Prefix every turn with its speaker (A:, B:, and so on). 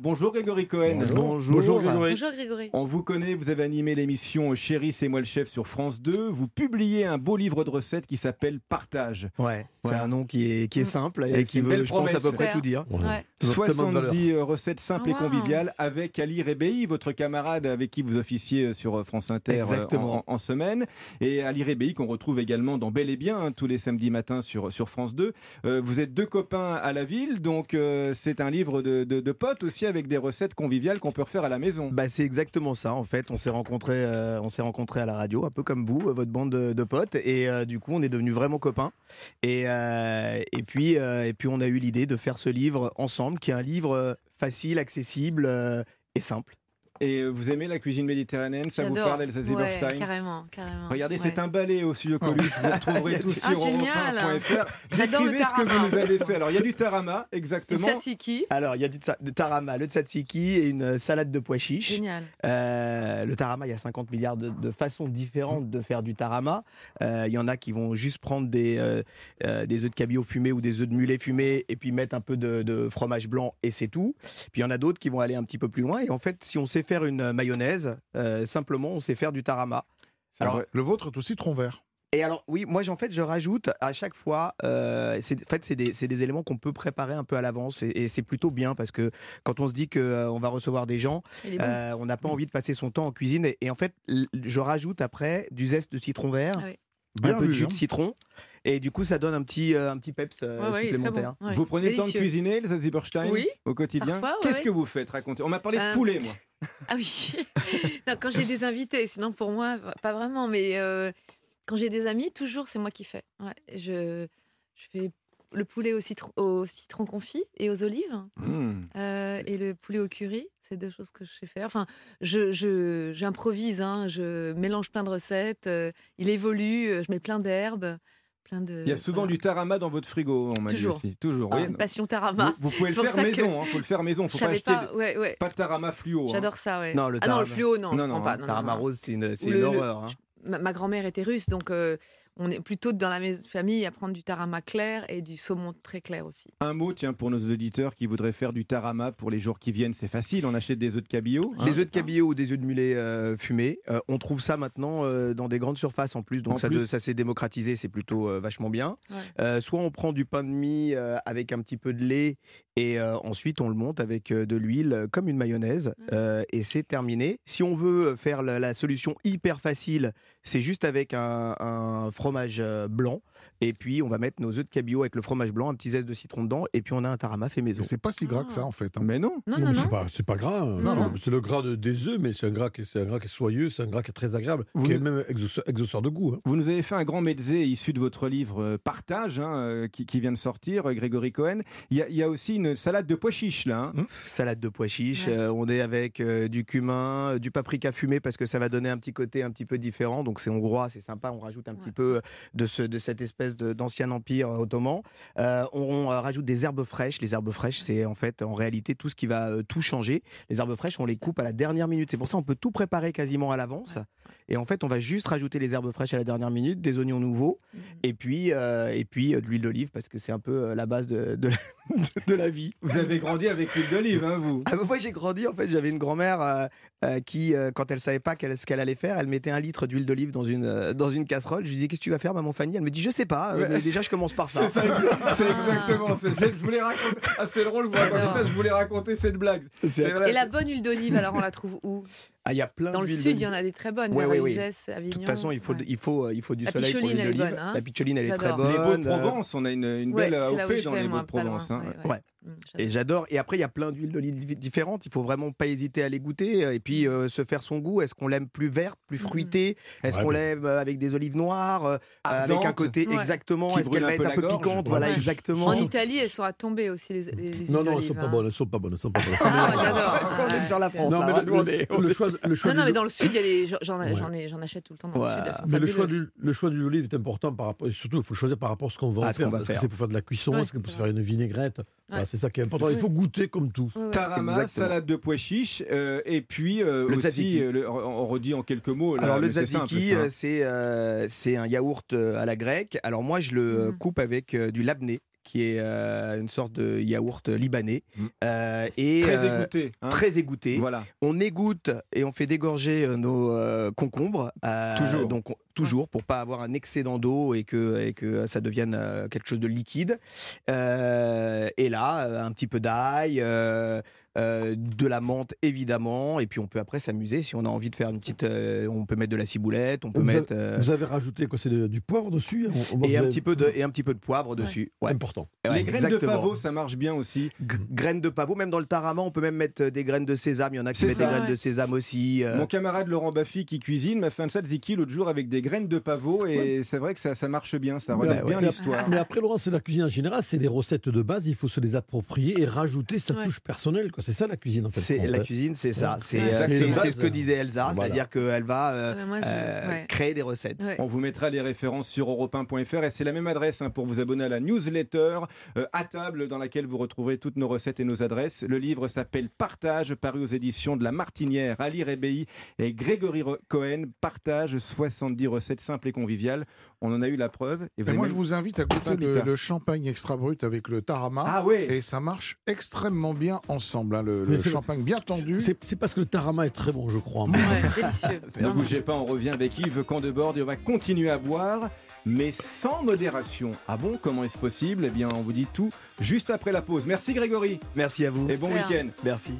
A: Bonjour Grégory Cohen.
B: Bonjour. Bonjour, Grégory.
C: Bonjour Grégory.
A: On vous connaît, vous avez animé l'émission Chéri, c'est moi le chef sur France 2. Vous publiez un beau livre de recettes qui s'appelle Partage.
B: Ouais, c'est
A: Ouais.
B: un nom qui est, qui est simple
A: Ouais,
B: et
A: c'est
B: qui
A: une
B: veut,
A: belle
B: je pense, à peu
A: promesse.
B: près tout dire.
C: Ouais.
D: Ça doit tellement de valeur.
A: 70 euh, recettes simples
C: Ah,
A: et
C: wow.
A: conviviales avec Ali Rebéi, votre camarade avec qui vous officiez sur France Inter euh, en,
B: Exactement.
A: en- en semaine. Et Ali Rebéi qu'on retrouve également dans Bel et Bien hein, tous les samedis matins sur, sur France 2. Euh, vous êtes deux copains à la ville, donc euh, c'est un livre de, de- de potes aussi avec des recettes conviviales qu'on peut refaire à la maison.
B: Bah, c'est exactement ça en fait. On s'est rencontrés, euh, on s'est rencontrés à la radio, un peu comme vous, euh, votre bande de, de potes, et euh, du coup on est devenus vraiment copains. Et euh, et puis euh, et puis on a eu l'idée de faire ce livre ensemble, qui est un livre euh, facile, accessible euh, et simple.
A: Et euh, vous aimez la cuisine méditerranéenne Ça vous
C: J'adore.
A: parle, Elsa
C: ouais,
A: Zilberstein
C: Carrément, carrément.
A: Regardez,
C: Ouais.
A: c'est un balai au studio Coluche. Vous retrouverez tout
C: Ah,
A: sur
C: génial.
A: europe1.fr.
C: J'adore le
A: Décrivez ce que vous
C: tarama.
A: nous avez fait. Alors, il y a du tarama,
C: Une
A: exactement.
C: tzatziki.
B: Alors il y a du tsa- de tarama, le tzatziki et une euh, salade de pois chiches.
C: Génial.
B: Euh, le tarama, il y a 50 milliards de, de façons différentes de faire du tarama. Euh, il y en a qui vont juste prendre des, euh, euh, des œufs de cabillaud fumés ou des œufs de mulet fumés et puis mettre un peu de, de fromage blanc et c'est tout. Puis il y en a d'autres qui vont aller un petit peu plus loin. Et en fait, si on sait faire une mayonnaise, euh, simplement, on sait faire du tarama. Alors,
A: Alors,
D: Le vôtre est au citron vert.
B: Et alors, oui, moi, j'en fait, je rajoute à chaque fois. Euh, c'est- en fait, c'est des, c'est des éléments qu'on peut préparer un peu à l'avance et, et c'est plutôt bien parce que quand on se dit qu'on on va recevoir des gens,
C: Il est bon.
B: euh, on n'a pas envie de passer son temps en cuisine. Et, et en fait, l- je rajoute après du zeste de citron vert,
C: Ah oui.
D: Bien
B: un peu de
D: vu,
B: jus
D: hein.
B: de citron. Et du coup, ça donne un petit, euh, un petit peps euh,
C: Ouais, ouais, il est très bon.
B: supplémentaire.
C: Ouais.
A: vous prenez le temps de
C: Délicieux.
A: cuisiner, Elsa Zieberstein
C: Oui.
A: Au quotidien
C: Parfois, ouais,
A: Qu'est-ce
C: ouais.
A: que vous faites Racontez. On m'a parlé de
C: Euh,
A: poulet, moi.
C: Ah oui. non, quand j'ai des invités, sinon pour moi, pas vraiment, mais euh, quand j'ai des amis, toujours c'est moi qui fais. Ouais, je, je fais le poulet au citron, au citron confit et aux olives
A: Hmm.
C: euh, et le poulet au curry. C'est deux choses que je sais faire. Enfin, je, je- j'improvise, hein, je mélange plein de recettes, euh, il évolue, euh, je mets plein d'herbes, plein de.
A: Il y a souvent
C: voilà.
A: du tarama dans votre frigo, on m'a dit
C: Toujours.
A: aussi. Toujours.
C: Ah,
A: oui.
C: une passion tarama.
A: Vous, vous pouvez le
C: C'est pour
A: faire
C: ça que-
A: maison. Il faut le faire maison.
C: Je
A: faut pas
C: savais
A: acheter.
C: pas.
A: de-
C: Ouais, ouais.
A: Pas de tarama fluo. hein.
C: J'adore ça, ouais.
B: Non, le
C: ah non,
B: tarama.
C: le fluo, non.
A: Non,
C: je
A: non,
C: prends pas,
A: hein,
C: non, non,
B: Tarama
C: non.
B: rose, c'est une, c'est
C: Ou
B: une
C: le- le-
B: horreur. hein.
C: Ma, ma grand-mère était russe, donc euh, on est plutôt dans la mais- famille à prendre du tarama clair et du saumon très clair aussi.
A: Un mot, tiens, pour nos auditeurs qui voudraient faire du tarama pour les jours qui viennent, c'est facile. On achète des œufs de cabillaud. hein.
B: Des œufs de cabillaud ou des œufs de mulet euh, fumés, euh, on trouve ça maintenant euh, dans des grandes surfaces en plus, donc
A: En
B: ça,
A: plus.
B: de- ça s'est démocratisé, c'est plutôt euh, vachement bien.
C: Ouais.
B: Euh, soit on prend du pain de mie euh, avec un petit peu de lait et euh, ensuite on le monte avec euh, de l'huile euh, comme une mayonnaise
A: Mmh.
B: euh, et c'est terminé. Si on veut euh, faire la, la solution hyper facile, c'est juste avec un, un fromage euh, blanc et puis on va mettre nos œufs de cabillaud avec le fromage blanc, un petit zeste de citron dedans et puis on a un tarama fait maison.
D: Mais c'est pas si gras que ça, en fait. hein.
A: Mais non.
C: Non,
E: Non,
C: non,
E: mais
C: non.
E: C'est pas, c'est pas gras. hein.
C: Non, non.
E: C'est le gras de- des œufs, mais c'est un gras qui, c'est un gras qui est soyeux, c'est un gras qui est très agréable,
A: Vous-
E: qui est même exauceur, exauceur de goût. hein.
A: Vous nous avez fait un grand mezzé issu de votre livre euh, Partage, hein, euh, qui, qui vient de sortir, euh, Grégory Cohen. Il y, a- il y a aussi une salade de pois chiches, là. hein.
B: salade de pois chiches.
C: Ouais.
B: euh, on est avec euh, du cumin, euh, du paprika fumé parce que ça va donner un petit côté un petit peu différent. Donc c'est hongrois, c'est sympa. On rajoute un petit
C: Ouais.
B: peu euh, de, ce, de cette espèce de- d'ancien empire ottoman. Euh, on, on, euh, rajoute des herbes fraîches. Les herbes fraîches, c'est en fait en réalité tout ce qui va euh, tout changer. Les herbes fraîches, on les coupe à la dernière minute. C'est pour ça on peut tout préparer quasiment à l'avance.
C: Ouais.
B: Et en fait, on va juste rajouter les herbes fraîches à la dernière minute, des oignons nouveaux
C: Mhm.
B: et puis euh, et puis euh, de l'huile d'olive parce que c'est un peu euh, la base de- de la- de la vie.
A: Vous avez grandi avec l'huile d'olive, hein, vous
B: Ah bah, moi j'ai grandi en fait, j'avais une grand-mère euh, euh, qui euh, quand elle savait pas qu'elle- ce qu'elle allait faire, elle mettait un litre d'huile d'olive dans une euh, dans une casserole. Je lui disais qu'est-ce que tu vas faire maman Fanny Elle me dit je sais pas, euh,
A: Ouais.
B: mais déjà je commence par ça.
A: C'est ça, exa- c'est exactement. c'est- c'est- je voulais raconter. Ah, c'est drôle, vous racontez
C: J'adore.
A: ça. Je voulais raconter cette blague. C'est
B: C'est-
A: vrai.
C: Et la bonne huile d'olive, alors on la trouve où
B: Ah, il y a plein
C: Dans le
B: d'huiles
C: sud, il y
B: d'olive.
C: en a des très bonnes.
B: Ouais,
C: la
B: ouais, ouais.
C: Valaisasse,
B: De
C: Avignon.
B: toute façon, il faut
C: ouais.
B: il faut euh, il faut du
C: La
B: soleil pour
C: picholine,
B: l'huile
C: elle est
B: d'olive.
C: bonne, hein.
B: La picholine elle est très
C: J'adore.
B: bonne.
A: Les Beaux de
B: euh,
A: Provence, on a une, une
C: Ouais,
A: belle
C: c'est là où
A: AOP
C: je
A: dans
C: vais,
A: les Beaux
C: moi,
A: de
C: pas loin,
A: Provence. hein.
C: ouais, ouais.
B: Ouais.
C: Mm, j'adore.
B: Et j'adore. Et après, il y a plein d'huiles d'olive di- différentes. Il faut vraiment pas hésiter à les goûter euh, et puis
C: Mm.
B: euh, se faire son goût. Est-ce qu'on l'aime plus verte, plus fruitée Est-ce
E: Ouais,
B: qu'on
E: mais-
B: l'aime euh, avec des olives noires, euh, avec un
A: Ardente.
B: côté
C: Ouais.
B: exactement
A: Qui
B: Est-ce qu'elle
A: brûle un
B: va être
A: peu
B: un
A: la
B: peu
A: gorge.
B: piquante
E: Ouais.
B: Voilà,
E: Ouais.
B: exactement.
C: En Italie, elles sont à tomber aussi, les, les, les
E: Non,
C: huiles
E: non, elles sont
C: d'olive,
E: pas
C: hein.
E: bonnes, elles sont pas bonnes, elles sont pas bonnes.
C: Ah, ouais, j'adore.
B: Je crois qu'on est
C: Ouais,
B: sur la
C: c'est-
B: France.
E: Non,
B: là,
E: mais
B: hein.
E: le, le- le choix, le choix
C: Non, non,
E: du-
C: mais dans le sud, il y a des- j'en- j'en
E: Ouais.
C: j'en ai- j'en achète tout le temps dans
B: Ouais.
C: le sud. elles sont
E: Mais le choix
C: fabuleuses.
E: du, le choix de l'olive est important par rapport, et surtout il faut choisir par rapport à ce qu'on va
B: Ah,
E: en
B: ce qu'on
E: faire.
B: va
E: Est-ce que
B: faire.
E: c'est pour faire de la cuisson
C: Ouais,
E: Est-ce que
C: c'est
E: pour
C: vrai.
E: faire une vinaigrette Voilà, C'est ça qui est important. Il faut goûter comme tout.
C: Ouais, ouais.
A: Tarama,
B: Exactement.
A: salade de pois chiches, euh, et puis euh,
B: Le
A: aussi,
B: tzatziki.
A: euh, le- on redit en quelques mots. là,
B: Alors le
A: mais c'est simple,
B: tzatziki,
A: ça, hein.
B: euh, c'est euh, c'est un yaourt euh, à la grecque. Alors moi, je le euh,
C: Mm.
B: coupe avec euh, du labné qui est euh, une sorte de yaourt libanais.
A: Mm.
B: Euh, et,
A: Très
B: euh,
A: dégoûté. hein.
B: Très égoutté.
A: Voilà.
B: On égoutte et on fait dégorger euh, nos euh, concombres. euh,
A: Toujours.
B: Donc, on- toujours, pour pas avoir un excédent d'eau et que, et que ça devienne euh, quelque chose de liquide. Euh, et là, euh, un petit peu d'ail, euh, euh, de la menthe, évidemment. Et puis, on peut après s'amuser si on a envie de faire une petite. euh, on peut mettre de la ciboulette, on peut
E: Vous
B: mettre. euh,
E: Vous avez rajouté quoi C'est de- du poivre dessus hein, on- on voit
B: et,
E: que
B: un
E: vous
B: petit peu
E: avez-
B: de, et un petit peu de poivre dessus. Ouais.
E: Important.
B: Ouais,
A: Les graines
B: exactement.
A: de pavot, ça marche bien aussi.
B: G- graines de pavot, même dans le tarama, on peut même mettre euh, des graines de sésame. Il y en a qui
A: C'est
B: mettent
A: ça,
B: des graines
C: ouais.
B: de sésame aussi. euh,
A: Mon camarade Laurent Baffy qui cuisine m'a fait un tzatziki l'autre jour avec des graines de pavot et c'est vrai que ça, ça marche bien, ça relève
E: Ouais,
A: bien
E: ouais.
A: l'histoire.
E: Mais après, Laurent, c'est la cuisine en général, c'est des recettes de base, il faut se les approprier et rajouter sa
C: Ouais.
E: touche personnelle. quoi. C'est ça la cuisine en fait.
B: C'est
E: En
B: la
E: fait.
B: cuisine, c'est ça.
E: Ouais.
B: C'est
C: Ouais,
B: euh,
A: ça,
B: c'est-
A: c'est
B: c'est
E: base.
B: ce que disait Elsa,
E: Voilà.
B: c'est-à-dire qu'elle va euh,
C: Ah, mais moi, je-
B: euh,
C: ouais.
B: créer des recettes.
C: Ouais.
A: On vous mettra les références sur europe 1.fr et c'est la même adresse hein, pour vous abonner à la newsletter euh, à table dans laquelle vous retrouverez toutes nos recettes et nos adresses. Le livre s'appelle Partage, paru aux éditions de La Martinière, Ali Rebéi et Grégory Re- Cohen. Partage 70 recettes simples et conviviales. On en a eu la preuve.
D: Et
A: avez
D: moi,
A: même-
D: je vous invite à goûter
A: Putain,
D: le,
A: putain.
D: le champagne extra brut avec le tarama.
A: Ah ouais.
D: Et ça marche extrêmement bien ensemble. hein, le le
E: Mais c'est-
D: champagne bien tendu.
E: C'est c'est parce que le tarama est très bon, je crois.
C: Ouais, délicieux.
A: Ne
C: Vraiment.
A: bougez pas, on revient avec Yves Candebord et on va continuer à boire, mais sans modération. Ah bon, comment est-ce possible Eh bien, on vous dit tout juste après la pause. Merci Grégory
B: Merci à vous.
A: et bon
C: Super.
A: week-end.
B: Merci.